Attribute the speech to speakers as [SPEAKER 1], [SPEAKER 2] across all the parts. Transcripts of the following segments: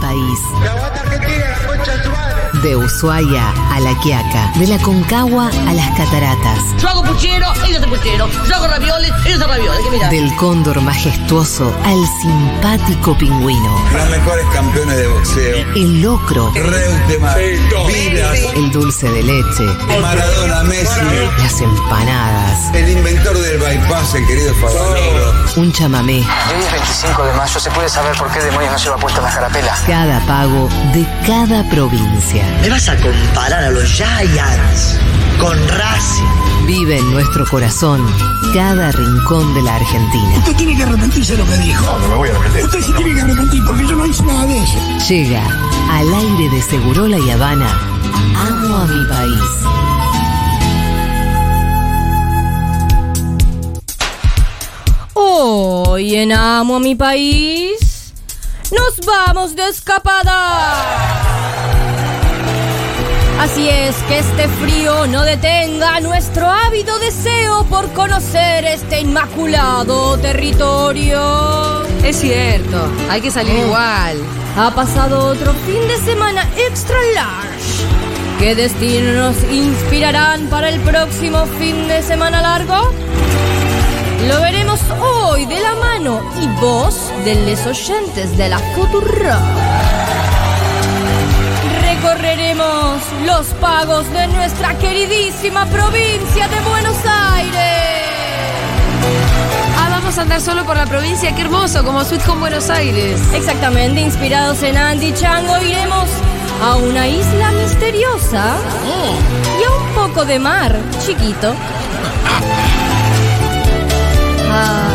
[SPEAKER 1] país. De Ushuaia a La Quiaca, de la Concagua a las Cataratas,
[SPEAKER 2] Yo hago puchero, ellos hacen puchero. Yo hago ravioles, ellos hacen ravioles. ¿Qué mirá?
[SPEAKER 1] del cóndor majestuoso al simpático pingüino,
[SPEAKER 3] Los mejores campeones de boxeo.
[SPEAKER 1] el locro,
[SPEAKER 3] Reutemann, Vilas,
[SPEAKER 1] el dulce de leche,
[SPEAKER 3] Maradona, Messi,
[SPEAKER 1] las empanadas,
[SPEAKER 3] el inventor del bypass, el querido Fabanero.
[SPEAKER 1] un chamamé,
[SPEAKER 4] Hoy es 25 de mayo, ¿se puede saber por qué demonios no lleva puesta la carapela?
[SPEAKER 1] cada pago de cada provincia.
[SPEAKER 5] ¿Me vas a comparar a los Giants con Racing?
[SPEAKER 1] Vive en nuestro corazón cada rincón de la Argentina.
[SPEAKER 6] Usted tiene que arrepentirse de lo que dijo. No, me voy a arrepentir. Usted se tiene que arrepentir porque yo no hice nada de eso.
[SPEAKER 1] Llega al aire de Segurola y Habana. Amo a mi país.
[SPEAKER 7] Hoy en Amo a mi país, nos vamos de escapada. Así es, que este frío no detenga nuestro ávido deseo por conocer este inmaculado territorio. Oh.
[SPEAKER 8] Es cierto, hay que salir igual.
[SPEAKER 7] Ha pasado otro fin de semana extra large. ¿Qué destinos nos inspirarán para el próximo fin de semana largo? Lo veremos hoy de la mano y voz de los oyentes de la Futura. Recorreremos los pagos de nuestra queridísima provincia de Buenos Aires.
[SPEAKER 8] Ah, vamos a andar solo por la provincia, qué hermoso, como Sweet Home Buenos Aires.
[SPEAKER 7] Exactamente, inspirados en Andy Chango, iremos a una isla misteriosa
[SPEAKER 8] Ah.
[SPEAKER 7] y a un poco de mar, chiquito. Ah,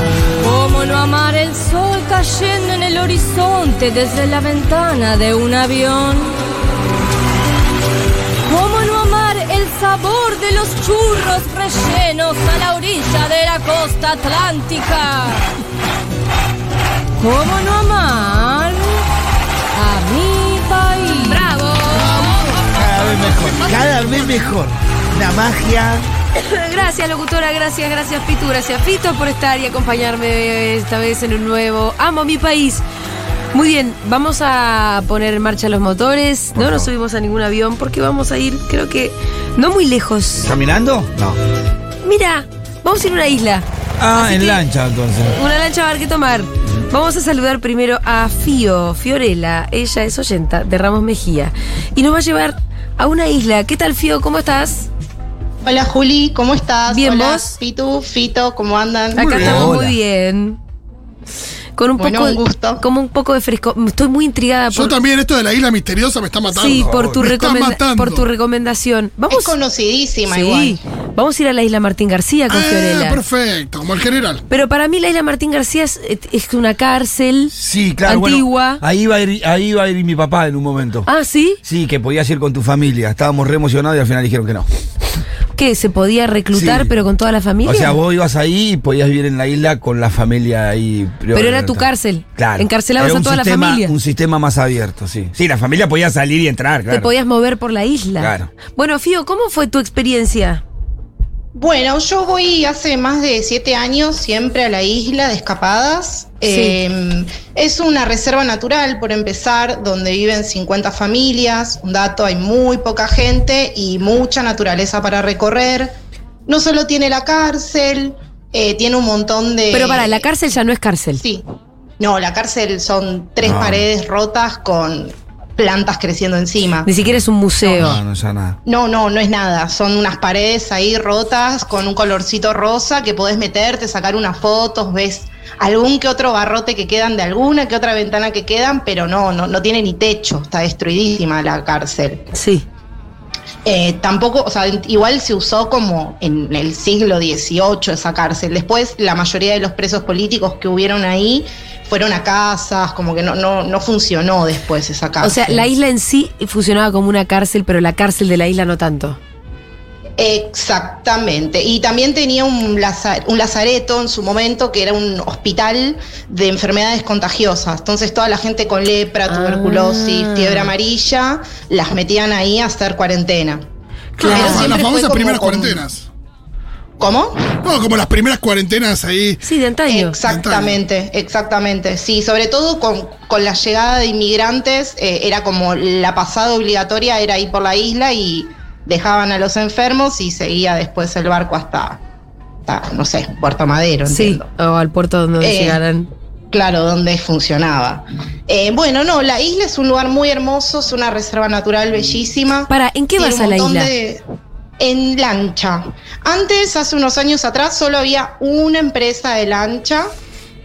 [SPEAKER 7] ¿Cómo no amar el sol cayendo en el horizonte desde la ventana de un avión? ¿Cómo no amar el sabor de los churros rellenos a la orilla de la costa atlántica? ¿Cómo no amar a mi país?
[SPEAKER 8] ¡Bravo!
[SPEAKER 5] Cada vez mejor, cada vez mejor. La magia.
[SPEAKER 8] Gracias, locutora, gracias, gracias, Pitu, gracias, Pito, por estar y acompañarme esta vez en un nuevo Amo mi país. Muy bien, vamos a poner en marcha los motores. No nos subimos a ningún avión porque vamos a ir, creo que, no muy lejos.
[SPEAKER 9] ¿Caminando? No.
[SPEAKER 8] Mira, vamos a ir a una isla.
[SPEAKER 9] Ah,
[SPEAKER 8] Así
[SPEAKER 9] en
[SPEAKER 8] que-
[SPEAKER 9] lancha entonces.
[SPEAKER 8] Una lancha va a haber que tomar. Vamos a saludar primero a Fío, Fiorella. Ella es oyenta de Ramos Mejía. Y nos va a llevar a una isla. ¿Qué tal, Fío? ¿Cómo estás?
[SPEAKER 10] Hola Juli, ¿cómo estás?
[SPEAKER 8] Bien,
[SPEAKER 10] Hola,
[SPEAKER 8] ¿vos?
[SPEAKER 10] Pitu, Fito, ¿cómo andan?
[SPEAKER 8] Acá
[SPEAKER 9] bien.
[SPEAKER 8] estamos
[SPEAKER 9] Hola.
[SPEAKER 8] muy bien. Con un
[SPEAKER 10] Bueno,
[SPEAKER 8] poco
[SPEAKER 10] un gusto.
[SPEAKER 8] como un poco de fresco. Mm, Estoy muy intrigada
[SPEAKER 6] Yo
[SPEAKER 8] por
[SPEAKER 6] también, esto de la isla misteriosa me está matando.
[SPEAKER 8] Sí, por tu,
[SPEAKER 6] Me está
[SPEAKER 8] recomenda-
[SPEAKER 6] matando.
[SPEAKER 8] por tu recomendación. Vamos
[SPEAKER 10] Es conocidísima
[SPEAKER 8] Sí.
[SPEAKER 10] igual.
[SPEAKER 8] Vamos a ir a la isla Martín García con
[SPEAKER 6] Ah,
[SPEAKER 8] Fiorella.
[SPEAKER 6] perfecto, como el general.
[SPEAKER 8] Pero para mí la isla Martín García es, es una cárcel
[SPEAKER 9] Sí, claro. bueno,
[SPEAKER 8] antigua.
[SPEAKER 9] ahí, va a ir, ahí va a ir mi papá en un momento.
[SPEAKER 8] ah, sí.
[SPEAKER 9] Sí, que podías ir con tu familia. Estábamos re emocionados y al final dijeron que no.
[SPEAKER 8] que se podía reclutar,
[SPEAKER 9] Sí.
[SPEAKER 8] pero con toda la familia.
[SPEAKER 9] O sea, vos ibas ahí y podías vivir en la isla con la familia ahí.
[SPEAKER 8] Pero era tu cárcel.
[SPEAKER 9] Claro.
[SPEAKER 8] Encarcelabas
[SPEAKER 9] Era
[SPEAKER 8] a
[SPEAKER 9] un
[SPEAKER 8] toda la
[SPEAKER 9] sistema-
[SPEAKER 8] familia.
[SPEAKER 9] Un sistema más abierto, sí. Sí, la familia podía salir y entrar, claro.
[SPEAKER 8] Te podías mover por la isla.
[SPEAKER 9] Claro.
[SPEAKER 8] Bueno, Fío, ¿cómo fue tu experiencia?
[SPEAKER 10] Bueno, yo voy hace más de siete años siempre a la isla de escapadas. Eh, es una reserva natural, por empezar, donde viven 50 familias. Un dato, hay muy poca gente y mucha naturaleza para recorrer. No solo tiene la cárcel, eh, tiene un montón de...
[SPEAKER 8] Pero para, la cárcel ya no es cárcel.
[SPEAKER 10] Eh, Sí. No, la cárcel son tres
[SPEAKER 9] No.
[SPEAKER 10] paredes rotas con plantas creciendo encima.
[SPEAKER 8] Ni siquiera es un museo.
[SPEAKER 9] No, no, ya nada.
[SPEAKER 10] No, no, no es nada. Son unas paredes ahí rotas con un colorcito rosa que podés meterte, sacar unas fotos, ves algún que otro barrote que quedan de alguna que otra ventana que quedan, pero no, no, no tiene ni techo. Está destruidísima la cárcel.
[SPEAKER 8] Sí.
[SPEAKER 10] Eh, tampoco, o sea, igual se usó como en el siglo XVIII esa cárcel. Después la mayoría de los presos políticos que hubieron ahí fueron a casas, como que no, no, no funcionó después esa
[SPEAKER 8] O
[SPEAKER 10] cárcel.
[SPEAKER 8] sea, la isla en sí funcionaba como una cárcel, pero la cárcel de la isla no tanto.
[SPEAKER 10] Exactamente. Y también tenía un, laza- un lazareto en su momento que era un hospital de enfermedades contagiosas. Entonces toda la gente con lepra, tuberculosis,
[SPEAKER 8] Ah.
[SPEAKER 10] fiebre amarilla, las metían ahí a hacer cuarentena.
[SPEAKER 6] Claro,
[SPEAKER 10] Pero
[SPEAKER 6] las
[SPEAKER 10] siempre fue
[SPEAKER 6] famosas
[SPEAKER 10] como
[SPEAKER 6] primeras
[SPEAKER 10] con-
[SPEAKER 6] cuarentenas.
[SPEAKER 10] ¿Cómo?
[SPEAKER 6] Bueno, como las primeras cuarentenas ahí.
[SPEAKER 8] Sí, de antaño.
[SPEAKER 10] Exactamente, exactamente. Sí, sobre todo con, con la llegada de inmigrantes, eh, era como la pasada obligatoria, era ir por la isla y dejaban a los enfermos y seguía después el barco hasta, hasta, no sé, Puerto Madero,
[SPEAKER 8] Sí,
[SPEAKER 10] entiendo.
[SPEAKER 8] o al puerto donde
[SPEAKER 10] Eh,
[SPEAKER 8] llegaran.
[SPEAKER 10] Claro, donde funcionaba. Eh, bueno, no, la isla es un lugar muy hermoso, es una reserva natural bellísima.
[SPEAKER 8] Para, ¿en qué
[SPEAKER 10] Tiene
[SPEAKER 8] vas
[SPEAKER 10] un
[SPEAKER 8] a la
[SPEAKER 10] montón
[SPEAKER 8] isla?
[SPEAKER 10] de- en lancha. Antes, hace unos años atrás, solo había una empresa de lancha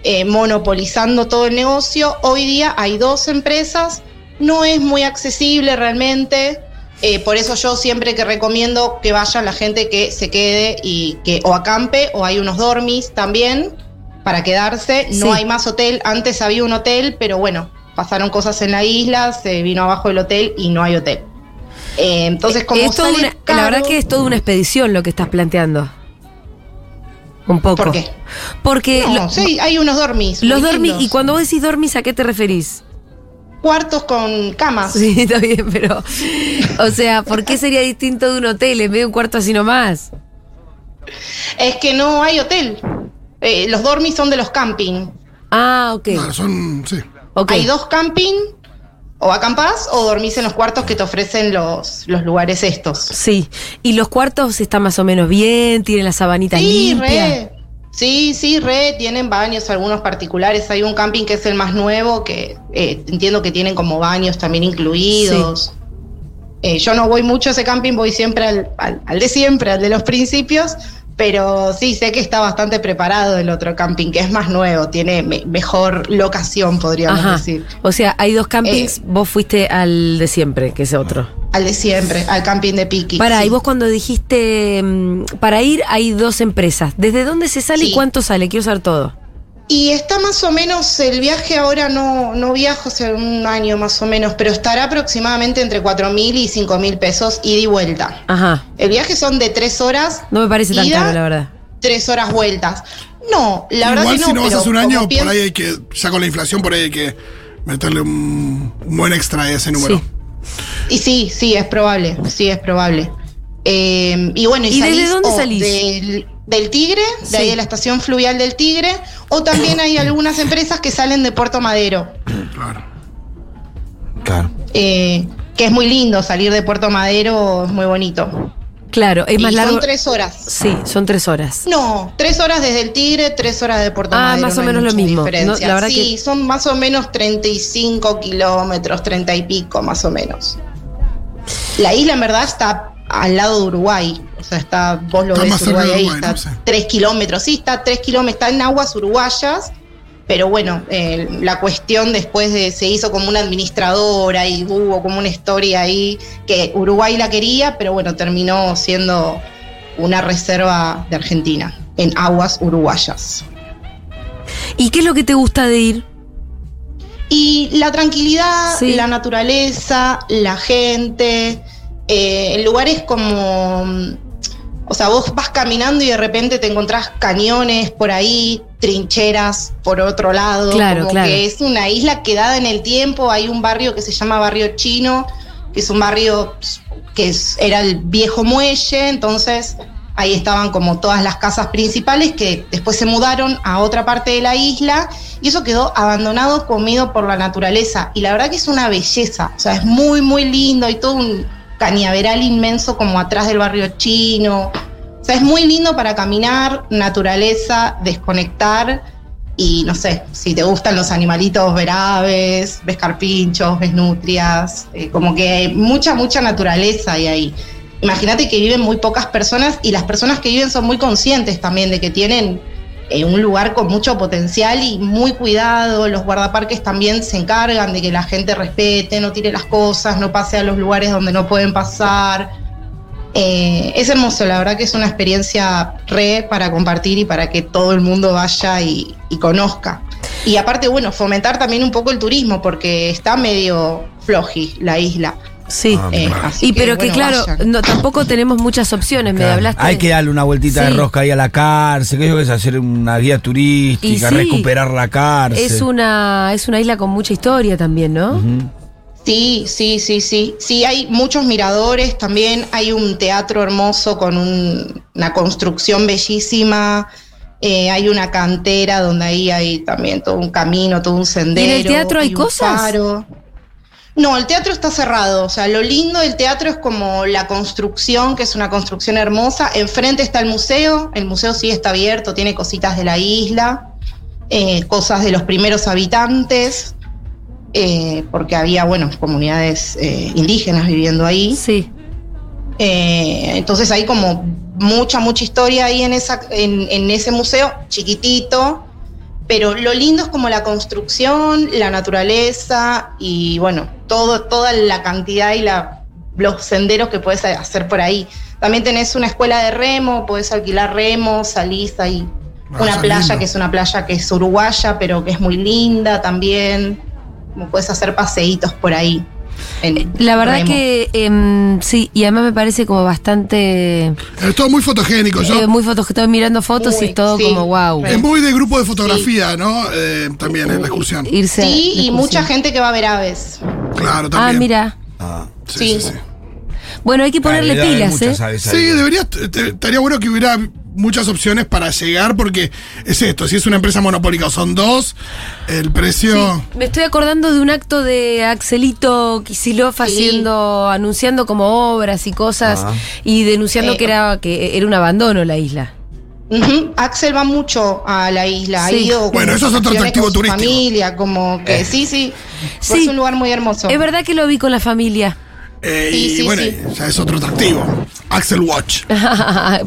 [SPEAKER 10] eh, monopolizando todo el negocio. Hoy día hay dos empresas. No es muy accesible realmente. eh, por eso yo siempre que recomiendo que vaya la gente que se quede y que o acampe o hay unos dormis también para quedarse. No
[SPEAKER 8] Sí.
[SPEAKER 10] hay más hotel. Antes había un hotel, pero bueno, pasaron cosas en la isla, se vino abajo el hotel y no hay hotel. Eh, entonces, como
[SPEAKER 8] Es toda
[SPEAKER 10] sale
[SPEAKER 8] una-
[SPEAKER 10] caro-
[SPEAKER 8] la verdad que es toda una expedición lo que estás planteando. Un poco.
[SPEAKER 10] ¿Por qué?
[SPEAKER 8] Porque
[SPEAKER 10] No,
[SPEAKER 8] lo-
[SPEAKER 10] sí, hay unos dormis.
[SPEAKER 8] los
[SPEAKER 10] muy
[SPEAKER 8] dormis,
[SPEAKER 10] lindos.
[SPEAKER 8] y cuando vos decís dormis, ¿a qué te referís?
[SPEAKER 10] Cuartos con camas.
[SPEAKER 8] Sí, está bien, pero. O sea, ¿por qué sería distinto de un hotel en medio de un cuarto así nomás?
[SPEAKER 10] Es que no hay hotel. Eh, los dormis son de los camping.
[SPEAKER 8] Ah, ok.
[SPEAKER 6] Claro, son. Sí.
[SPEAKER 8] ok.
[SPEAKER 10] Hay dos camping, o acampás o dormís en los cuartos que te ofrecen los, los lugares estos.
[SPEAKER 8] Sí. ¿Y los cuartos están más o menos bien? ¿Tienen la sabanita
[SPEAKER 10] Sí,
[SPEAKER 8] limpia?
[SPEAKER 10] re. Sí, sí, re. Tienen baños, algunos particulares. Hay un camping que es el más nuevo, que eh, entiendo que tienen como baños también incluidos. Eh, yo no voy mucho a ese camping, voy siempre al, al- al de siempre, al de los principios. Pero sí, sé que está bastante preparado el otro camping, que es más nuevo, tiene me- mejor locación, podríamos
[SPEAKER 8] Ajá.
[SPEAKER 10] decir.
[SPEAKER 8] O sea, hay dos campings,
[SPEAKER 10] Eh.
[SPEAKER 8] vos fuiste al de siempre, que es otro.
[SPEAKER 10] Al de siempre, al camping de Piqui.
[SPEAKER 8] Para,
[SPEAKER 10] sí.
[SPEAKER 8] y vos cuando dijiste mm, para ir hay dos empresas. ¿Desde dónde se sale y
[SPEAKER 10] Sí.
[SPEAKER 8] cuánto sale? Quiero saber todo.
[SPEAKER 10] Y está más o menos, el viaje ahora no, no viajo hace un año más o menos, pero estará aproximadamente entre 4.000 y 5.000 pesos ida y vuelta.
[SPEAKER 8] Ajá.
[SPEAKER 10] El viaje son de tres horas,
[SPEAKER 8] No me parece tan
[SPEAKER 10] Ida,
[SPEAKER 8] caro, la verdad.
[SPEAKER 10] tres horas vueltas. No, la verdad
[SPEAKER 6] Igual
[SPEAKER 10] que no.
[SPEAKER 6] si no vas
[SPEAKER 10] pero
[SPEAKER 6] hace un
[SPEAKER 10] como
[SPEAKER 6] año,
[SPEAKER 10] pienso-
[SPEAKER 6] por ahí hay que. Ya con la inflación, por ahí hay que meterle un, un buen extra a ese número.
[SPEAKER 8] Sí.
[SPEAKER 10] Y sí, sí, es probable, sí, es probable. Eh, y bueno, ¿y,
[SPEAKER 8] ¿Y desde
[SPEAKER 10] salís
[SPEAKER 8] dónde
[SPEAKER 10] o
[SPEAKER 8] salís?
[SPEAKER 10] Del, del Tigre, de
[SPEAKER 8] Sí.
[SPEAKER 10] ahí de la estación fluvial del Tigre, o también hay algunas empresas que salen de Puerto Madero.
[SPEAKER 6] Claro.
[SPEAKER 9] Claro.
[SPEAKER 10] eh, que es muy lindo salir de Puerto Madero, es muy bonito.
[SPEAKER 8] Claro, es
[SPEAKER 10] Y
[SPEAKER 8] más largo.
[SPEAKER 10] Son tres horas.
[SPEAKER 8] Sí, son tres horas.
[SPEAKER 10] No, tres horas desde el Tigre, tres horas de Puerto
[SPEAKER 8] Ah,
[SPEAKER 10] Madero.
[SPEAKER 8] más o
[SPEAKER 10] no hay
[SPEAKER 8] menos lo
[SPEAKER 10] mucha
[SPEAKER 8] mismo.
[SPEAKER 10] diferencia.
[SPEAKER 8] No, la verdad
[SPEAKER 10] sí, son más o menos 35 kilómetros, 30 y pico, más o menos. La isla en verdad está al lado de Uruguay. O sea, está, vos lo
[SPEAKER 6] Está más
[SPEAKER 10] ves,
[SPEAKER 6] cerca de
[SPEAKER 10] Uruguay, ahí,
[SPEAKER 6] Uruguay,
[SPEAKER 10] está
[SPEAKER 6] no sé.
[SPEAKER 10] tres kilómetros. Sí, está tres kilómetros, está en aguas uruguayas. Pero bueno, eh, la cuestión después de se hizo como una administradora y hubo como una historia ahí que Uruguay la quería, pero bueno, terminó siendo una reserva de Argentina en aguas uruguayas.
[SPEAKER 8] ¿Y qué es lo que te gusta de ir?
[SPEAKER 10] Y la tranquilidad,
[SPEAKER 8] Sí.
[SPEAKER 10] la naturaleza, la gente, eh, en lugares como, mm, o sea, vos vas caminando y de repente te encontrás cañones por ahí, trincheras por otro lado,
[SPEAKER 8] Claro,
[SPEAKER 10] como
[SPEAKER 8] claro.
[SPEAKER 10] que es una isla quedada en el tiempo, hay un barrio que se llama Barrio Chino, que es un barrio pues, que es- era el viejo muelle, entonces ahí estaban como todas las casas principales que después se mudaron a otra parte de la isla y eso quedó abandonado, comido por la naturaleza. Y la verdad que es una belleza, o sea, es muy, muy lindo, hay todo un cañaveral inmenso como atrás del barrio chino. O sea, es muy lindo para caminar, naturaleza, desconectar y no sé, si te gustan los animalitos, ver aves, ves carpinchos, ves nutrias, eh, como que hay mucha, mucha naturaleza hay ahí. Imagínate que viven muy pocas personas y las personas que viven son muy conscientes también de que tienen eh, un lugar con mucho potencial y muy cuidado. Los guardaparques también se encargan de que la gente respete, no tire las cosas, no pase a los lugares donde no pueden pasar. Eh, es hermoso, la verdad que es una experiencia re para compartir y para que todo el mundo vaya y, y conozca. Y aparte, bueno, fomentar también un poco el turismo porque está medio floji la isla.
[SPEAKER 8] Sí.
[SPEAKER 9] Ah.
[SPEAKER 10] Eh, así
[SPEAKER 8] y pero que,
[SPEAKER 10] bueno,
[SPEAKER 8] claro,
[SPEAKER 10] vayan.
[SPEAKER 8] no, tampoco tenemos muchas opciones, me
[SPEAKER 9] Claro.
[SPEAKER 8] hablaste.
[SPEAKER 9] Hay que darle una vueltita
[SPEAKER 8] Sí.
[SPEAKER 9] de rosca ahí a la cárcel, que yo que es hacer una guía turística,
[SPEAKER 8] Y sí.
[SPEAKER 9] recuperar la cárcel.
[SPEAKER 8] es una, es una isla con mucha historia también, ¿no?
[SPEAKER 9] Ujú.
[SPEAKER 10] Sí, sí, sí, sí. Sí, hay muchos miradores también, hay un teatro hermoso con un- una construcción bellísima, eh, hay una cantera donde ahí hay también todo un camino, todo un sendero.
[SPEAKER 8] teatro hay
[SPEAKER 10] un
[SPEAKER 8] cosas?
[SPEAKER 10] faro. No, el teatro está cerrado, o sea, lo lindo del teatro es como la construcción, que es una construcción hermosa. Enfrente está el museo, el museo sí está abierto, tiene cositas de la isla, eh, cosas de los primeros habitantes eh, porque había, bueno, comunidades eh, indígenas viviendo ahí.
[SPEAKER 8] Sí.
[SPEAKER 10] Eh, entonces hay como mucha, mucha historia ahí en, esa, en, en ese museo, chiquitito, pero lo lindo es como la construcción, la naturaleza y bueno, todo, toda la cantidad y la, los senderos que puedes hacer por ahí. También tenés una escuela de remo, podés alquilar remo, salís ahí.
[SPEAKER 6] Ah,
[SPEAKER 10] una
[SPEAKER 6] está
[SPEAKER 10] playa
[SPEAKER 6] lindo.
[SPEAKER 10] que es una playa que es uruguaya, pero que es muy linda también. Como puedes hacer paseitos por ahí. en
[SPEAKER 8] La verdad
[SPEAKER 10] remo.
[SPEAKER 8] que em, sí, y además me parece como bastante
[SPEAKER 6] Es todo muy fotogénico. Pues Yo,
[SPEAKER 8] eh, muy fotos que estoy mirando fotos y
[SPEAKER 10] Muy,
[SPEAKER 8] es todo
[SPEAKER 10] sí.
[SPEAKER 8] como wow.
[SPEAKER 6] es muy de grupo de fotografía, ¿no? Eh, también en la excursión.
[SPEAKER 8] Irse
[SPEAKER 10] Sí,
[SPEAKER 8] de
[SPEAKER 10] y
[SPEAKER 8] excursión.
[SPEAKER 10] mucha gente que va a ver aves.
[SPEAKER 6] Claro,
[SPEAKER 8] Ah,
[SPEAKER 6] también.
[SPEAKER 8] mira.
[SPEAKER 3] Ah.
[SPEAKER 6] Sí, sí,
[SPEAKER 10] Sí.
[SPEAKER 6] sí.
[SPEAKER 8] Bueno, hay que ponerle
[SPEAKER 9] Debe haber
[SPEAKER 8] pilas, ¿eh?
[SPEAKER 9] muchas aves ahí.
[SPEAKER 6] Sí, debería, te- te- estaría bueno que hubiera muchas opciones para llegar, porque es esto, si es una empresa monopólica o son dos, el precio...
[SPEAKER 8] Me estoy acordando de un acto de Axelito Kicillof haciendo, anunciando como obras y cosas y denunciando
[SPEAKER 10] Eh,
[SPEAKER 8] que era que era un abandono la isla.
[SPEAKER 10] Ujú, Axel va mucho a la isla,
[SPEAKER 8] Sí.
[SPEAKER 10] ha ido como
[SPEAKER 6] Bueno, eso es otro
[SPEAKER 10] vacaciones
[SPEAKER 6] atractivo
[SPEAKER 10] con su
[SPEAKER 6] turístico. Eh.
[SPEAKER 10] familia, como que sí, sí,
[SPEAKER 8] Sí.
[SPEAKER 10] es un lugar muy hermoso.
[SPEAKER 8] Es verdad que lo vi con la familia.
[SPEAKER 6] Eh,
[SPEAKER 10] Sí,
[SPEAKER 6] y
[SPEAKER 10] sí,
[SPEAKER 6] bueno,
[SPEAKER 10] sí.
[SPEAKER 6] ya es otro atractivo. Axel Watch.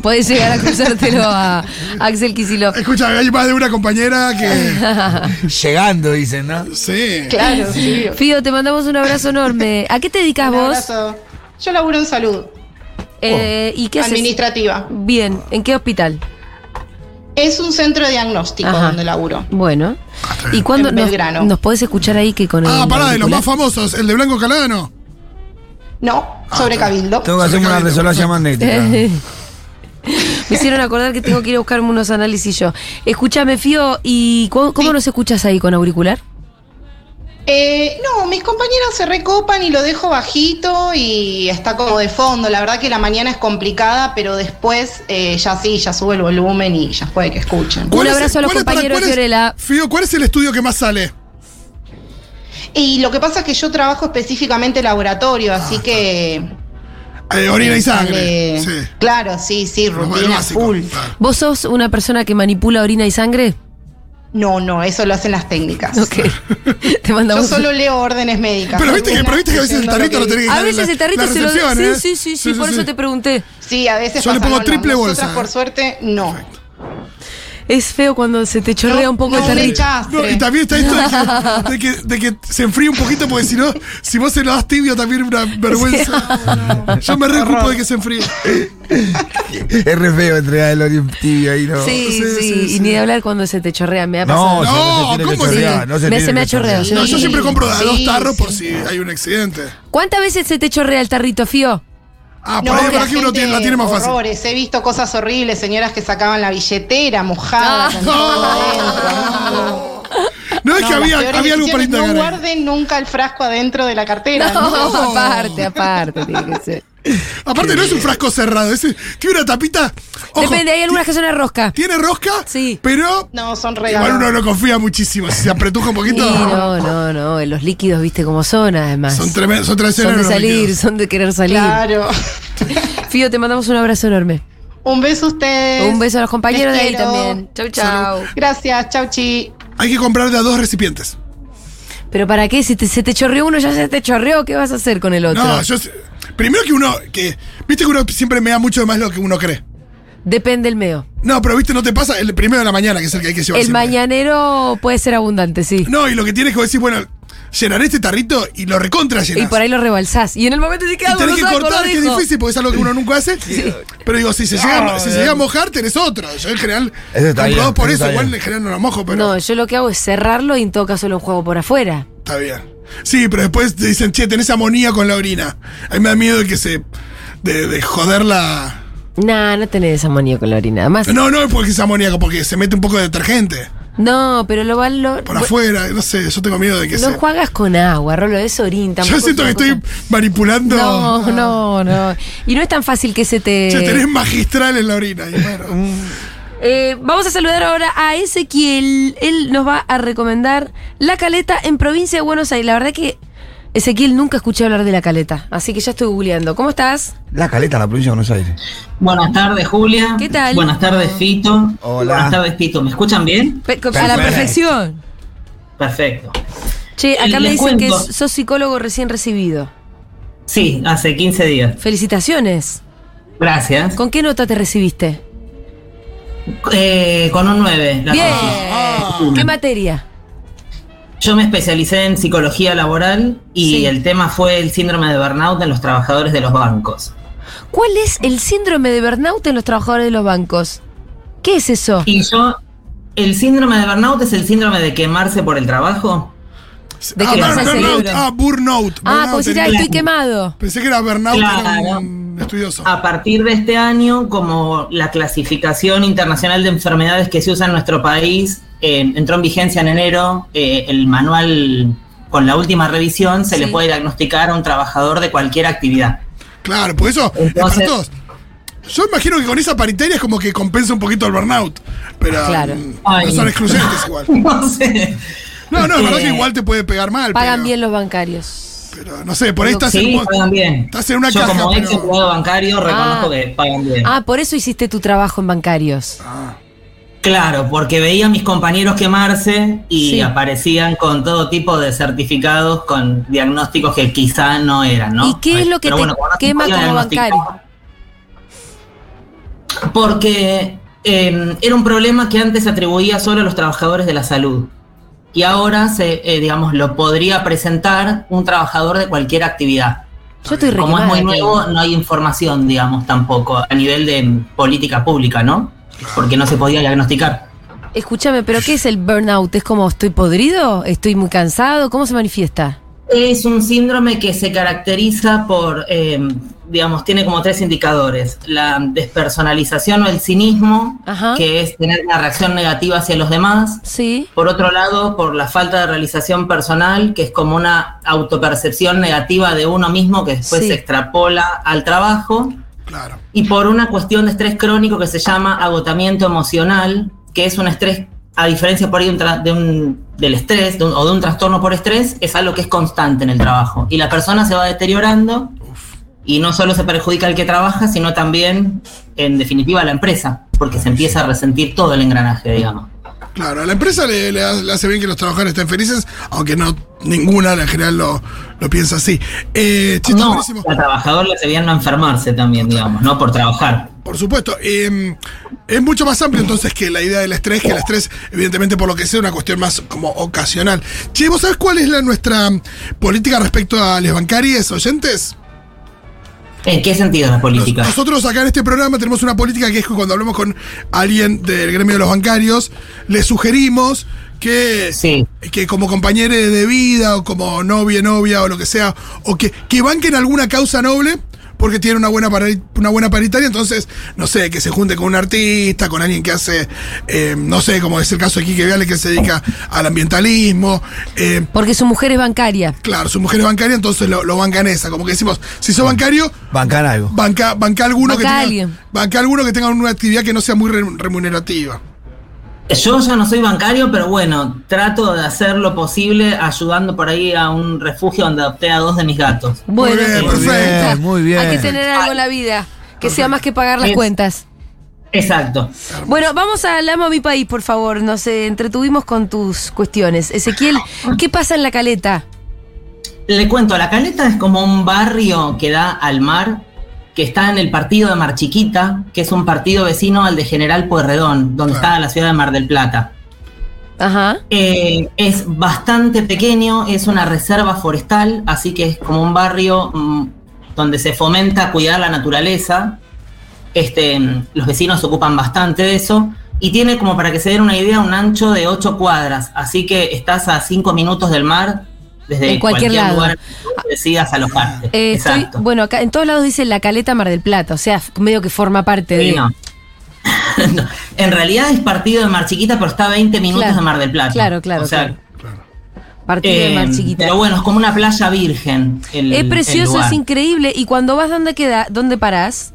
[SPEAKER 8] Podés llegar a cruzártelo a Axel Kicillof.
[SPEAKER 6] Escucha, hay más de una compañera que.
[SPEAKER 9] Llegando, dicen, ¿no?
[SPEAKER 6] Sí.
[SPEAKER 10] Claro, sí.
[SPEAKER 8] Fío, te mandamos un abrazo enorme. ¿A qué te dedicas
[SPEAKER 10] Un
[SPEAKER 8] vos?
[SPEAKER 10] abrazo. Yo laburo en salud
[SPEAKER 8] Eh, ¿Y qué haces?
[SPEAKER 10] administrativa.
[SPEAKER 8] Bien, ¿en qué hospital?
[SPEAKER 10] Es un centro de diagnóstico
[SPEAKER 8] Ajá.
[SPEAKER 10] donde laburo.
[SPEAKER 8] Bueno. ¿Y cuándo
[SPEAKER 10] En
[SPEAKER 8] nos,
[SPEAKER 10] Belgrano.
[SPEAKER 8] nos podés escuchar ahí que con
[SPEAKER 6] Ah,
[SPEAKER 8] el
[SPEAKER 6] pará, de
[SPEAKER 8] auricular?
[SPEAKER 6] los más famosos, el de Blanco Calano.
[SPEAKER 10] No,
[SPEAKER 6] Ah,
[SPEAKER 10] sobre Cabildo.
[SPEAKER 9] Tengo que hacer una resonancia magnética.
[SPEAKER 8] Me hicieron acordar que tengo que ir a buscarme unos análisis yo. Escúchame, Fío, ¿y cu- cómo nos escuchas ahí con auricular?
[SPEAKER 10] Eh, no, mis compañeras se recopan y lo dejo bajito y está como de fondo. La verdad que la mañana es complicada, pero después eh, ya sí, ya sube el volumen y ya puede que escuchen.
[SPEAKER 6] ¿Cuál
[SPEAKER 8] abrazo
[SPEAKER 6] es-
[SPEAKER 8] a los
[SPEAKER 6] cuál es- pará,
[SPEAKER 8] compañeros
[SPEAKER 6] cuál es-
[SPEAKER 8] Fiorella.
[SPEAKER 6] Fío, ¿cuál es el estudio que más sale?
[SPEAKER 10] Y lo que pasa es que yo trabajo específicamente en laboratorio, así que.
[SPEAKER 6] Eh, orina y Ah, sangre.
[SPEAKER 10] sale-
[SPEAKER 6] Sí.
[SPEAKER 10] Claro, sí, sí,
[SPEAKER 6] Lo
[SPEAKER 10] rutina
[SPEAKER 6] básico, Ah,
[SPEAKER 10] full.
[SPEAKER 6] claro.
[SPEAKER 8] ¿Vos sos una persona que manipula orina y sangre?
[SPEAKER 10] No, no, eso lo hacen las técnicas.
[SPEAKER 8] Ok. Te
[SPEAKER 10] Yo
[SPEAKER 8] mandamos.
[SPEAKER 10] solo leo órdenes médicas.
[SPEAKER 6] Pero viste que,
[SPEAKER 10] Algunas
[SPEAKER 6] pero viste que a veces el
[SPEAKER 10] diciendo
[SPEAKER 6] tarrito lo
[SPEAKER 10] que-
[SPEAKER 6] tenés que
[SPEAKER 8] A
[SPEAKER 6] quitar en
[SPEAKER 8] veces
[SPEAKER 6] la-
[SPEAKER 8] el tarrito
[SPEAKER 6] la
[SPEAKER 8] se lo. Sí,
[SPEAKER 6] recepción, ¿eh?
[SPEAKER 8] sí, sí, sí, por eso te pregunté.
[SPEAKER 10] Sí, a veces
[SPEAKER 6] Yo le
[SPEAKER 10] pasan
[SPEAKER 6] pongo
[SPEAKER 10] algo.
[SPEAKER 6] triple
[SPEAKER 10] Nosotras,
[SPEAKER 6] bolsa, eh.
[SPEAKER 10] por suerte, no.
[SPEAKER 8] Es feo cuando se te chorrea
[SPEAKER 10] No,
[SPEAKER 8] un poco el
[SPEAKER 10] no,
[SPEAKER 8] tarrito.
[SPEAKER 10] me echaste.
[SPEAKER 6] No, y también está esto de que, de que- de que se enfríe un poquito, porque si no, si vos se lo das tibio también es una vergüenza. Yo me recupo de que se enfríe.
[SPEAKER 9] Es re feo entregar el Orion tibio ahí, ¿no?
[SPEAKER 8] Sí, sí,
[SPEAKER 6] Sí, sí,
[SPEAKER 8] y ni de hablar cuando se te chorrea, me ha
[SPEAKER 9] No,
[SPEAKER 8] pasado.
[SPEAKER 9] se-
[SPEAKER 6] No,
[SPEAKER 9] se tiene que
[SPEAKER 6] ¿cómo sí?
[SPEAKER 9] chorrear, no se
[SPEAKER 8] Me-
[SPEAKER 9] tiene
[SPEAKER 8] se me
[SPEAKER 9] que
[SPEAKER 8] ha chorreado.
[SPEAKER 9] chorrear.
[SPEAKER 6] No, yo
[SPEAKER 10] Sí,
[SPEAKER 6] siempre compro de a dos
[SPEAKER 10] sí,
[SPEAKER 6] tarros por
[SPEAKER 10] sí.
[SPEAKER 6] si hay un accidente.
[SPEAKER 8] ¿Cuántas veces se te chorrea el tarrito, Fío?
[SPEAKER 6] Ah,
[SPEAKER 10] No,
[SPEAKER 6] por ahí, por
[SPEAKER 10] la
[SPEAKER 6] aquí uno
[SPEAKER 10] gente,
[SPEAKER 6] tiene, la tiene más fácil.
[SPEAKER 10] horrores. He visto cosas horribles, señoras que sacaban la billetera
[SPEAKER 8] Ah.
[SPEAKER 10] mojada. con todo adentro,
[SPEAKER 6] No, no es
[SPEAKER 10] No,
[SPEAKER 6] que
[SPEAKER 10] las
[SPEAKER 6] había,
[SPEAKER 10] peores
[SPEAKER 6] había algo para
[SPEAKER 10] decisiones,
[SPEAKER 6] indagar.
[SPEAKER 10] No
[SPEAKER 6] ahí.
[SPEAKER 10] guarden nunca el frasco adentro de la cartera. ¿no?
[SPEAKER 6] No.
[SPEAKER 8] aparte, aparte, tiene que ser.
[SPEAKER 6] Aparte, no es un frasco cerrado, ese tiene una tapita. Ojo,
[SPEAKER 8] Depende, hay algunas que son a rosca.
[SPEAKER 6] Tiene rosca,
[SPEAKER 8] Sí.
[SPEAKER 6] pero
[SPEAKER 10] No, son
[SPEAKER 6] igual uno
[SPEAKER 10] regalos.
[SPEAKER 6] no confía muchísimo. Si se apretuja un
[SPEAKER 8] Y
[SPEAKER 6] poquito,
[SPEAKER 8] no, no, no, los líquidos, viste cómo son además.
[SPEAKER 6] son tremendos. Son,
[SPEAKER 8] Son de
[SPEAKER 6] tremendos los
[SPEAKER 8] salir,
[SPEAKER 6] líquidos.
[SPEAKER 8] son de querer salir.
[SPEAKER 10] Claro.
[SPEAKER 8] Fío, te mandamos un abrazo enorme.
[SPEAKER 10] Un beso a ustedes.
[SPEAKER 8] Un beso a los compañeros de
[SPEAKER 10] Los
[SPEAKER 8] ahí
[SPEAKER 10] quiero.
[SPEAKER 8] también. Chau, chau.
[SPEAKER 10] Gracias, chau chi.
[SPEAKER 6] Hay que comprar de a dos recipientes.
[SPEAKER 8] Pero ¿para qué? Si te- se te chorreó uno, ya se te chorreó, ¿qué vas a hacer con el otro?
[SPEAKER 6] No, yo. sé- Primero que uno. que Viste que uno siempre me da mucho más lo que uno cree.
[SPEAKER 8] Depende el meo.
[SPEAKER 6] No, pero viste, no te pasa el primero de la mañana, que es el que hay que llevar.
[SPEAKER 8] El
[SPEAKER 6] siempre.
[SPEAKER 8] mañanero puede ser abundante, sí.
[SPEAKER 6] No, y lo que tienes que decir, bueno, llenaré este tarrito y lo recontra llenás.
[SPEAKER 8] Y por ahí lo rebalsás. Y en el momento sí que
[SPEAKER 6] Y
[SPEAKER 8] algo
[SPEAKER 6] tenés que
[SPEAKER 8] no saco,
[SPEAKER 6] cortar,
[SPEAKER 8] lo
[SPEAKER 6] que es
[SPEAKER 8] dejo.
[SPEAKER 6] difícil porque es algo que uno nunca hace. Pero digo, si se, llega, si se llega a mojar, tenés otro. Yo en general,
[SPEAKER 9] Eso está
[SPEAKER 6] comprobado
[SPEAKER 9] bien,
[SPEAKER 6] por
[SPEAKER 9] eso
[SPEAKER 6] eso,
[SPEAKER 9] está
[SPEAKER 6] igual
[SPEAKER 9] bien.
[SPEAKER 6] en general no lo mojo, pero
[SPEAKER 8] No, yo lo que hago es cerrarlo y en todo caso lo juego por afuera.
[SPEAKER 6] está bien. Sí, pero después te dicen, che, tenés amonía con la orina. A mí me da miedo de que se. de, de joder la.
[SPEAKER 8] Nah, no tenés amonía con la orina. Además,
[SPEAKER 6] No, no, porque es amoníaco, porque se mete un poco de detergente.
[SPEAKER 8] No, pero lo van. Lo,
[SPEAKER 6] Por afuera, no sé, yo tengo miedo de que
[SPEAKER 8] no
[SPEAKER 6] sea.
[SPEAKER 8] juegas con agua, Rolo, es orín
[SPEAKER 6] Yo
[SPEAKER 8] tampoco
[SPEAKER 6] siento que
[SPEAKER 8] es una
[SPEAKER 6] estoy
[SPEAKER 8] cosa-
[SPEAKER 6] manipulando.
[SPEAKER 8] No, eh. no, no. Y no es tan fácil que se te.
[SPEAKER 6] Che, tenés magistral en la orina. y bueno.
[SPEAKER 8] Eh, vamos a saludar ahora a Ezequiel. Él nos va a recomendar La Caleta en provincia de Buenos Aires. La verdad que Ezequiel nunca escuché hablar de La Caleta, así que ya estoy googleando. ¿Cómo estás?
[SPEAKER 9] La caleta, la provincia de Buenos Aires.
[SPEAKER 11] Buenas tardes, Julia.
[SPEAKER 8] ¿Qué tal?
[SPEAKER 11] Buenas tardes, Fito.
[SPEAKER 9] Hola.
[SPEAKER 11] Buenas tardes, Fito. ¿Me escuchan bien?
[SPEAKER 8] Pe- a la
[SPEAKER 9] Perfecto.
[SPEAKER 8] perfección.
[SPEAKER 11] Perfecto.
[SPEAKER 8] Che, acá
[SPEAKER 11] Les
[SPEAKER 8] me dicen que
[SPEAKER 11] cuento.
[SPEAKER 8] sos psicólogo recién recibido.
[SPEAKER 11] Sí, hace 15 días.
[SPEAKER 8] Felicitaciones.
[SPEAKER 11] Gracias.
[SPEAKER 8] ¿Con qué nota te recibiste?
[SPEAKER 11] Eh, con un 9. la
[SPEAKER 8] Bien.
[SPEAKER 11] conseguí.
[SPEAKER 8] ¿Qué materia?
[SPEAKER 11] Yo me especialicé en psicología laboral y
[SPEAKER 8] Sí.
[SPEAKER 11] el tema fue el síndrome de burnout en los trabajadores de los bancos.
[SPEAKER 8] ¿Cuál es el síndrome de burnout en los trabajadores de los bancos? ¿Qué es eso?
[SPEAKER 11] Y yo, el síndrome de burnout es el síndrome de quemarse por el trabajo.
[SPEAKER 8] ¿De
[SPEAKER 6] ah,
[SPEAKER 8] qué
[SPEAKER 11] bur-
[SPEAKER 8] pasa el
[SPEAKER 6] burnout,
[SPEAKER 8] cerebro?
[SPEAKER 6] ah, burnout.
[SPEAKER 8] Ah,
[SPEAKER 6] burnout,
[SPEAKER 8] pues
[SPEAKER 6] entendí.
[SPEAKER 8] estoy quemado.
[SPEAKER 6] Pensé que era burnout, era
[SPEAKER 11] Claro.
[SPEAKER 6] un estudioso.
[SPEAKER 11] A partir de este año, como la clasificación internacional de enfermedades que se usa en nuestro país eh, entró en vigencia en enero, eh, el manual con la última revisión se
[SPEAKER 8] Sí.
[SPEAKER 11] le puede diagnosticar a un trabajador de cualquier actividad.
[SPEAKER 6] Claro, por eso es para
[SPEAKER 11] Entonces-
[SPEAKER 6] todos. Yo imagino que con esa paritaria es como que compensa un poquito el burnout. Pero
[SPEAKER 8] Claro.
[SPEAKER 6] mm, no
[SPEAKER 11] Ay.
[SPEAKER 6] son excluyentes igual.
[SPEAKER 11] No sé.
[SPEAKER 6] No, no, es verdad que
[SPEAKER 11] Eh,
[SPEAKER 6] igual te puede pegar mal.
[SPEAKER 8] Pagan
[SPEAKER 6] pero,
[SPEAKER 8] bien los bancarios.
[SPEAKER 6] pero no sé, por ahí estás
[SPEAKER 11] Sí,
[SPEAKER 6] en, un-
[SPEAKER 11] pagan bien.
[SPEAKER 6] estás en una
[SPEAKER 11] Yo
[SPEAKER 6] caja.
[SPEAKER 11] como ex
[SPEAKER 6] pero-
[SPEAKER 11] empleado bancario reconozco
[SPEAKER 8] Ah.
[SPEAKER 11] que pagan bien.
[SPEAKER 8] Ah, por eso hiciste tu trabajo en bancarios.
[SPEAKER 11] Claro, porque veía a mis compañeros quemarse y
[SPEAKER 8] Sí.
[SPEAKER 11] aparecían con todo tipo de certificados, con diagnósticos que quizá no eran, ¿no?
[SPEAKER 8] ¿Y qué es lo que
[SPEAKER 11] Pero
[SPEAKER 8] te
[SPEAKER 11] como no se
[SPEAKER 8] quema
[SPEAKER 11] podía
[SPEAKER 8] como
[SPEAKER 11] diagnosticar, Porque eh, era un problema que antes se atribuía solo a los trabajadores de la salud. Y ahora, se, eh, digamos, lo podría presentar un trabajador de cualquier actividad.
[SPEAKER 8] Yo estoy re
[SPEAKER 11] Como es
[SPEAKER 8] quemada,
[SPEAKER 11] muy
[SPEAKER 8] tío.
[SPEAKER 11] nuevo, no hay información, digamos, tampoco a nivel de mm, política pública, ¿no? Porque no se podía diagnosticar.
[SPEAKER 8] Escúchame, ¿pero qué es el burnout? ¿Es como estoy podrido? ¿Estoy muy cansado? ¿Cómo se manifiesta?
[SPEAKER 11] Es un síndrome que se caracteriza por, eh, digamos, tiene como tres indicadores. La despersonalización o el cinismo,
[SPEAKER 8] Ajá.
[SPEAKER 11] que es tener una reacción negativa hacia los demás.
[SPEAKER 8] Sí.
[SPEAKER 11] Por otro lado, por la falta de realización personal, que es como una autopercepción negativa de uno mismo que después
[SPEAKER 8] Sí.
[SPEAKER 11] se extrapola al trabajo.
[SPEAKER 6] Claro.
[SPEAKER 11] Y por una cuestión de estrés crónico que se llama agotamiento emocional, que es un estrés, a diferencia por ahí de un tra- de un- del estrés de un- o de un trastorno por estrés, es algo que es constante en el trabajo. Y la persona se va deteriorando y no solo se perjudica al que trabaja, sino también, en definitiva, a la empresa, porque se empieza a resentir todo el engranaje, digamos.
[SPEAKER 6] Claro, a la empresa le, le ha- le hace bien que los trabajadores estén felices, aunque no ninguna en general lo, lo piensa así. Eh, che, está
[SPEAKER 11] No,
[SPEAKER 6] buenísimo.
[SPEAKER 11] al trabajador le debían no enfermarse también, digamos, ¿no? Por trabajar.
[SPEAKER 6] Por supuesto. eh, es mucho más amplio entonces que la idea del estrés, que el estrés, evidentemente, por lo que sea, una cuestión más como ocasional. Che, ¿vos sabés cuál es la nuestra política respecto a los bancarios oyentes?
[SPEAKER 11] ¿En qué sentido la política?
[SPEAKER 6] Nosotros acá en este programa tenemos una política que es que cuando hablamos con alguien del gremio de los bancarios, le sugerimos que,
[SPEAKER 11] Sí.
[SPEAKER 6] que como compañeros de vida o como novia, novia o lo que sea, o que, que banquen alguna causa noble. Porque tienen una buena, pari- una buena paritaria, entonces, no sé, que se junte con un artista, con alguien que hace, eh, no sé, como es el caso de Quique Viale, que se dedica al ambientalismo. eh,
[SPEAKER 8] Porque su mujer es bancaria.
[SPEAKER 6] claro, su mujer es bancaria, entonces lo, lo bancan esa. Como que decimos, si sos bancario,
[SPEAKER 9] Bancar algo.
[SPEAKER 6] Banca, banca alguno
[SPEAKER 8] Banca
[SPEAKER 6] que tenga,
[SPEAKER 8] a alguien.
[SPEAKER 6] banca alguno que tenga una actividad que no sea muy re- remunerativa.
[SPEAKER 11] Yo ya no soy bancario, pero bueno, trato de hacer lo posible ayudando por ahí a un refugio donde adopté a dos de mis gatos.
[SPEAKER 8] Bueno,
[SPEAKER 6] bien,
[SPEAKER 8] sí.
[SPEAKER 6] perfecto.
[SPEAKER 8] Está.
[SPEAKER 9] Muy bien.
[SPEAKER 8] Hay que tener algo en la vida. Que sea más que pagar las
[SPEAKER 11] Es-
[SPEAKER 8] cuentas.
[SPEAKER 11] Exacto.
[SPEAKER 8] Bueno, vamos a Amo a mi país, por favor. Nos eh, entretuvimos con tus cuestiones. Ezequiel, ¿qué pasa en la caleta?
[SPEAKER 11] Le cuento, La Caleta es como un barrio que da al mar, que está en el partido de Mar Chiquita, que es un partido vecino al de General Pueyrredón, donde
[SPEAKER 6] Claro.
[SPEAKER 11] está la ciudad de Mar del Plata.
[SPEAKER 8] Ajá.
[SPEAKER 11] Eh, es bastante pequeño, es una reserva forestal, así que es como un barrio mm, donde se fomenta cuidar la naturaleza. Este, mm, los vecinos se ocupan bastante de eso. Y tiene como para que se den una idea un ancho de 8 cuadras, así que estás a 5 minutos del mar desde
[SPEAKER 8] En cualquier
[SPEAKER 11] cualquier,
[SPEAKER 8] lado.
[SPEAKER 11] lugar que decidas alojarte.
[SPEAKER 8] Eh, estoy-
[SPEAKER 11] Exacto.
[SPEAKER 8] eh. bueno, acá en todos lados dice la caleta Mar del Plata, o sea, f- medio que forma parte de.
[SPEAKER 11] Sí, no. No, en realidad es partido de Mar Chiquita, pero está a 20 minutos
[SPEAKER 8] Claro,
[SPEAKER 11] de Mar del Plata.
[SPEAKER 8] claro, claro,
[SPEAKER 11] O sea,
[SPEAKER 8] claro. Partido de
[SPEAKER 11] eh,
[SPEAKER 8] Mar Chiquita.
[SPEAKER 11] Pero bueno, es como una playa virgen. el-
[SPEAKER 8] es
[SPEAKER 11] el
[SPEAKER 8] precioso,
[SPEAKER 11] lugar.
[SPEAKER 8] es increíble. Y cuando vas, ¿dónde queda? ¿Dónde parás?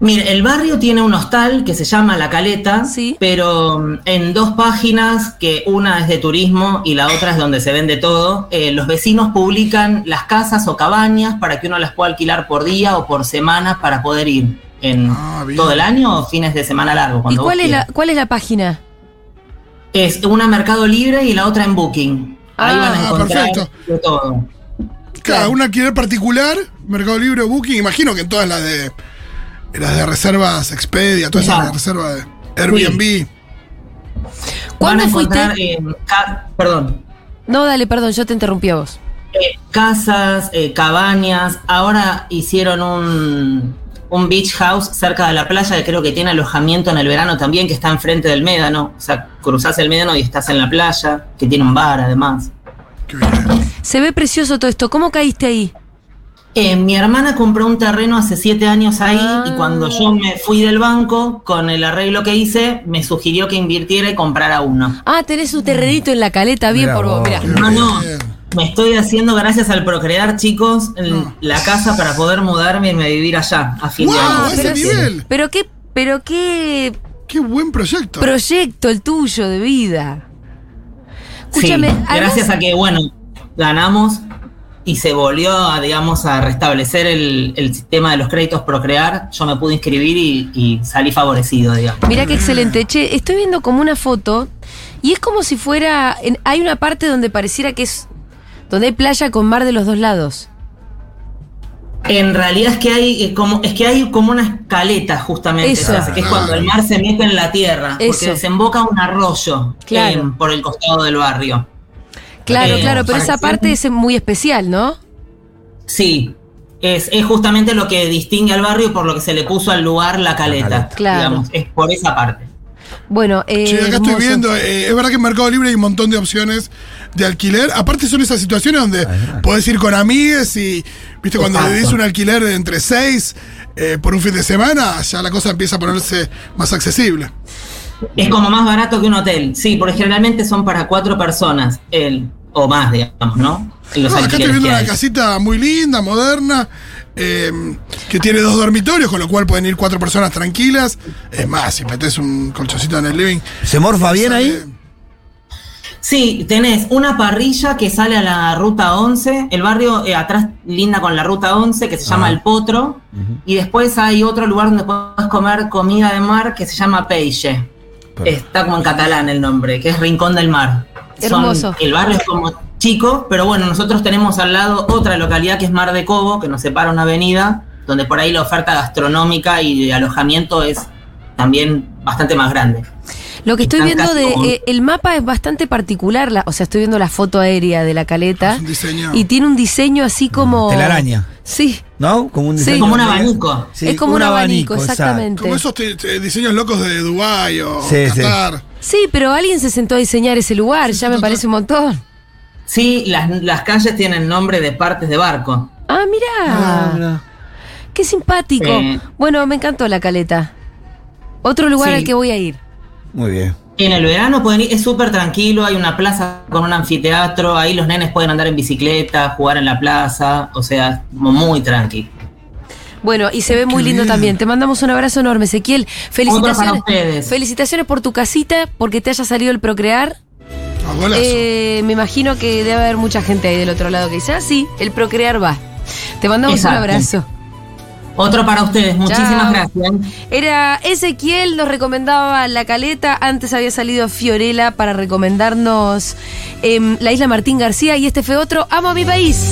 [SPEAKER 11] Mire, el barrio tiene un hostal que se llama La Caleta, pero mm, en dos páginas, que una es de turismo y la otra es donde se vende todo, eh, los vecinos publican las casas o cabañas para que uno las pueda alquilar por día o por semana para poder ir en todo el año o fines de semana largo.
[SPEAKER 8] ¿Y
[SPEAKER 11] Cuando
[SPEAKER 8] cuál
[SPEAKER 11] vos
[SPEAKER 8] es, la,
[SPEAKER 11] quieras.
[SPEAKER 8] cuál es la página?
[SPEAKER 11] Es una Mercado Libre y la otra en Booking.
[SPEAKER 8] Ah,
[SPEAKER 11] Ahí van a encontrar de todo.
[SPEAKER 6] Claro, un alquiler particular, Mercado Libre o Booking, imagino que en todas las de las de reservas Expedia, todas esas reservas de Airbnb.
[SPEAKER 11] Van
[SPEAKER 8] ¿Cuándo
[SPEAKER 11] a encontrar,
[SPEAKER 8] fuiste?
[SPEAKER 11] eh, ca- perdón.
[SPEAKER 8] No, dale, perdón, yo te interrumpí a vos.
[SPEAKER 11] eh, casas, eh, cabañas. Ahora hicieron un, un beach house cerca de la playa que creo que tiene alojamiento en el verano también, que está enfrente del médano. O sea, cruzás el médano y estás en la playa, que tiene un bar además.
[SPEAKER 8] Se ve precioso todo esto. ¿Cómo caíste ahí?
[SPEAKER 11] Eh, mi hermana compró un terreno hace siete años ahí y cuando yo me fui del banco, con el arreglo que hice, me sugirió que invirtiera y comprara uno.
[SPEAKER 8] Ah, tenés un terrenito en la caleta, bien por vos, mira.
[SPEAKER 11] No, no, me estoy haciendo gracias al procrear, chicos, el- la casa para poder mudarme y me vivir allá a fin de año.
[SPEAKER 8] pero, pero qué, pero qué.
[SPEAKER 6] Qué buen proyecto.
[SPEAKER 8] Proyecto el tuyo de vida. Escúchame,
[SPEAKER 11] Sí,
[SPEAKER 8] ¿a
[SPEAKER 11] gracias
[SPEAKER 8] vos-
[SPEAKER 11] a que, bueno, ganamos y se volvió, a, digamos, a restablecer el, el sistema de los créditos Procrear, yo me pude inscribir y, y salí favorecido, digamos.
[SPEAKER 8] Mirá qué excelente. Che, estoy viendo como una foto y es como si fuera. en- hay una parte donde pareciera que es. donde hay playa con mar de los dos lados.
[SPEAKER 11] En realidad es que hay eh, como es que hay como una escaleta justamente,
[SPEAKER 8] Eso.
[SPEAKER 11] o sea, que es cuando el mar se mete en la tierra,
[SPEAKER 8] Eso.
[SPEAKER 11] porque desemboca un arroyo
[SPEAKER 8] Claro.
[SPEAKER 11] em, por el costado del barrio.
[SPEAKER 8] Claro,
[SPEAKER 11] Eh,
[SPEAKER 8] claro, pero esa
[SPEAKER 11] pareciera-
[SPEAKER 8] parte es muy especial, ¿no?
[SPEAKER 11] Sí, es, es justamente lo que distingue al barrio por lo que se le puso al lugar la caleta,
[SPEAKER 8] Claro.
[SPEAKER 11] digamos, es por esa parte.
[SPEAKER 8] Bueno, eh,
[SPEAKER 6] Che, acá estoy
[SPEAKER 8] hermoso.
[SPEAKER 6] viendo, eh, es verdad que en Mercado Libre hay un montón de opciones de alquiler. Aparte son esas situaciones donde podés ir con amigues y, viste, cuando le
[SPEAKER 11] Exacto.
[SPEAKER 6] dices un alquiler de entre seis eh, por un fin de semana, ya la cosa empieza a ponerse más accesible.
[SPEAKER 11] Es como más barato que un hotel, sí, porque generalmente son para cuatro personas, el, o más, digamos, ¿no? Los
[SPEAKER 6] No, acá estoy
[SPEAKER 11] alquileres
[SPEAKER 6] viendo
[SPEAKER 11] que
[SPEAKER 6] una
[SPEAKER 11] hay.
[SPEAKER 6] casita muy linda, moderna, eh, que tiene dos dormitorios, con lo cual pueden ir cuatro personas tranquilas. Es más, si metes un colchoncito en el living.
[SPEAKER 9] ¿Se morfa bien ahí?
[SPEAKER 11] Sí, tenés una parrilla que sale a la ruta 11, el barrio eh, atrás linda con la ruta 11, que se llama El Potro, y después hay otro lugar donde puedes comer comida de mar que se llama Peixe. Está como en catalán el nombre, que es Rincón del Mar. Son-
[SPEAKER 8] Hermoso.
[SPEAKER 11] el barrio es como chico, pero bueno, nosotros tenemos al lado otra localidad que es Mar de Cobo, que nos separa una avenida, donde por ahí la oferta gastronómica y de alojamiento es también bastante más grande.
[SPEAKER 8] Lo que estoy
[SPEAKER 11] Están
[SPEAKER 8] viendo
[SPEAKER 11] casi
[SPEAKER 8] de
[SPEAKER 11] como-
[SPEAKER 8] eh, el mapa es bastante particular, la- o sea, estoy viendo la foto aérea de la caleta
[SPEAKER 6] diseño.
[SPEAKER 8] y tiene Ah, un diseño así como
[SPEAKER 9] Telaraña.
[SPEAKER 8] Sí,
[SPEAKER 9] ¿No? Como un
[SPEAKER 8] Sí.
[SPEAKER 9] diseño
[SPEAKER 8] Como un
[SPEAKER 9] de-
[SPEAKER 11] abanico.
[SPEAKER 9] Sí,
[SPEAKER 8] Es como un abanico,
[SPEAKER 9] exacto.
[SPEAKER 8] exactamente.
[SPEAKER 6] Como esos te- te- diseños locos de Dubái o
[SPEAKER 9] Sí, sí.
[SPEAKER 6] Qatar.
[SPEAKER 8] sí, pero alguien se sentó a diseñar ese lugar, ya me parece un montón.
[SPEAKER 11] Sí, las, las calles tienen nombre de partes de barco.
[SPEAKER 8] Ah, mira. Qué simpático.
[SPEAKER 11] Sí.
[SPEAKER 8] Bueno, me encantó la caleta. Otro lugar
[SPEAKER 11] Sí.
[SPEAKER 8] al que voy a ir.
[SPEAKER 9] Muy bien.
[SPEAKER 11] En el verano pueden ir, es súper tranquilo, hay una plaza con un anfiteatro, ahí los nenes pueden andar en bicicleta, jugar en la plaza, o sea, es como muy tranqui.
[SPEAKER 8] Bueno, y se ve muy lindo también. Te mandamos un abrazo enorme, Ezequiel.
[SPEAKER 11] para
[SPEAKER 8] Felicitaciones.
[SPEAKER 11] ustedes.
[SPEAKER 8] Felicitaciones por tu casita, porque te haya salido el procrear.
[SPEAKER 6] Ah, golazo.
[SPEAKER 8] Eh, me imagino que debe haber mucha gente ahí del otro lado que dice, ah, sí, el procrear va. Te mandamos
[SPEAKER 11] Exacto.
[SPEAKER 8] un abrazo.
[SPEAKER 11] Otro para ustedes, muchísimas
[SPEAKER 8] Chao.
[SPEAKER 11] gracias.
[SPEAKER 8] Era Ezequiel, nos recomendaba La Caleta, antes había salido Fiorella para recomendarnos em, la isla Martín García y este fue otro, Amo a mi país.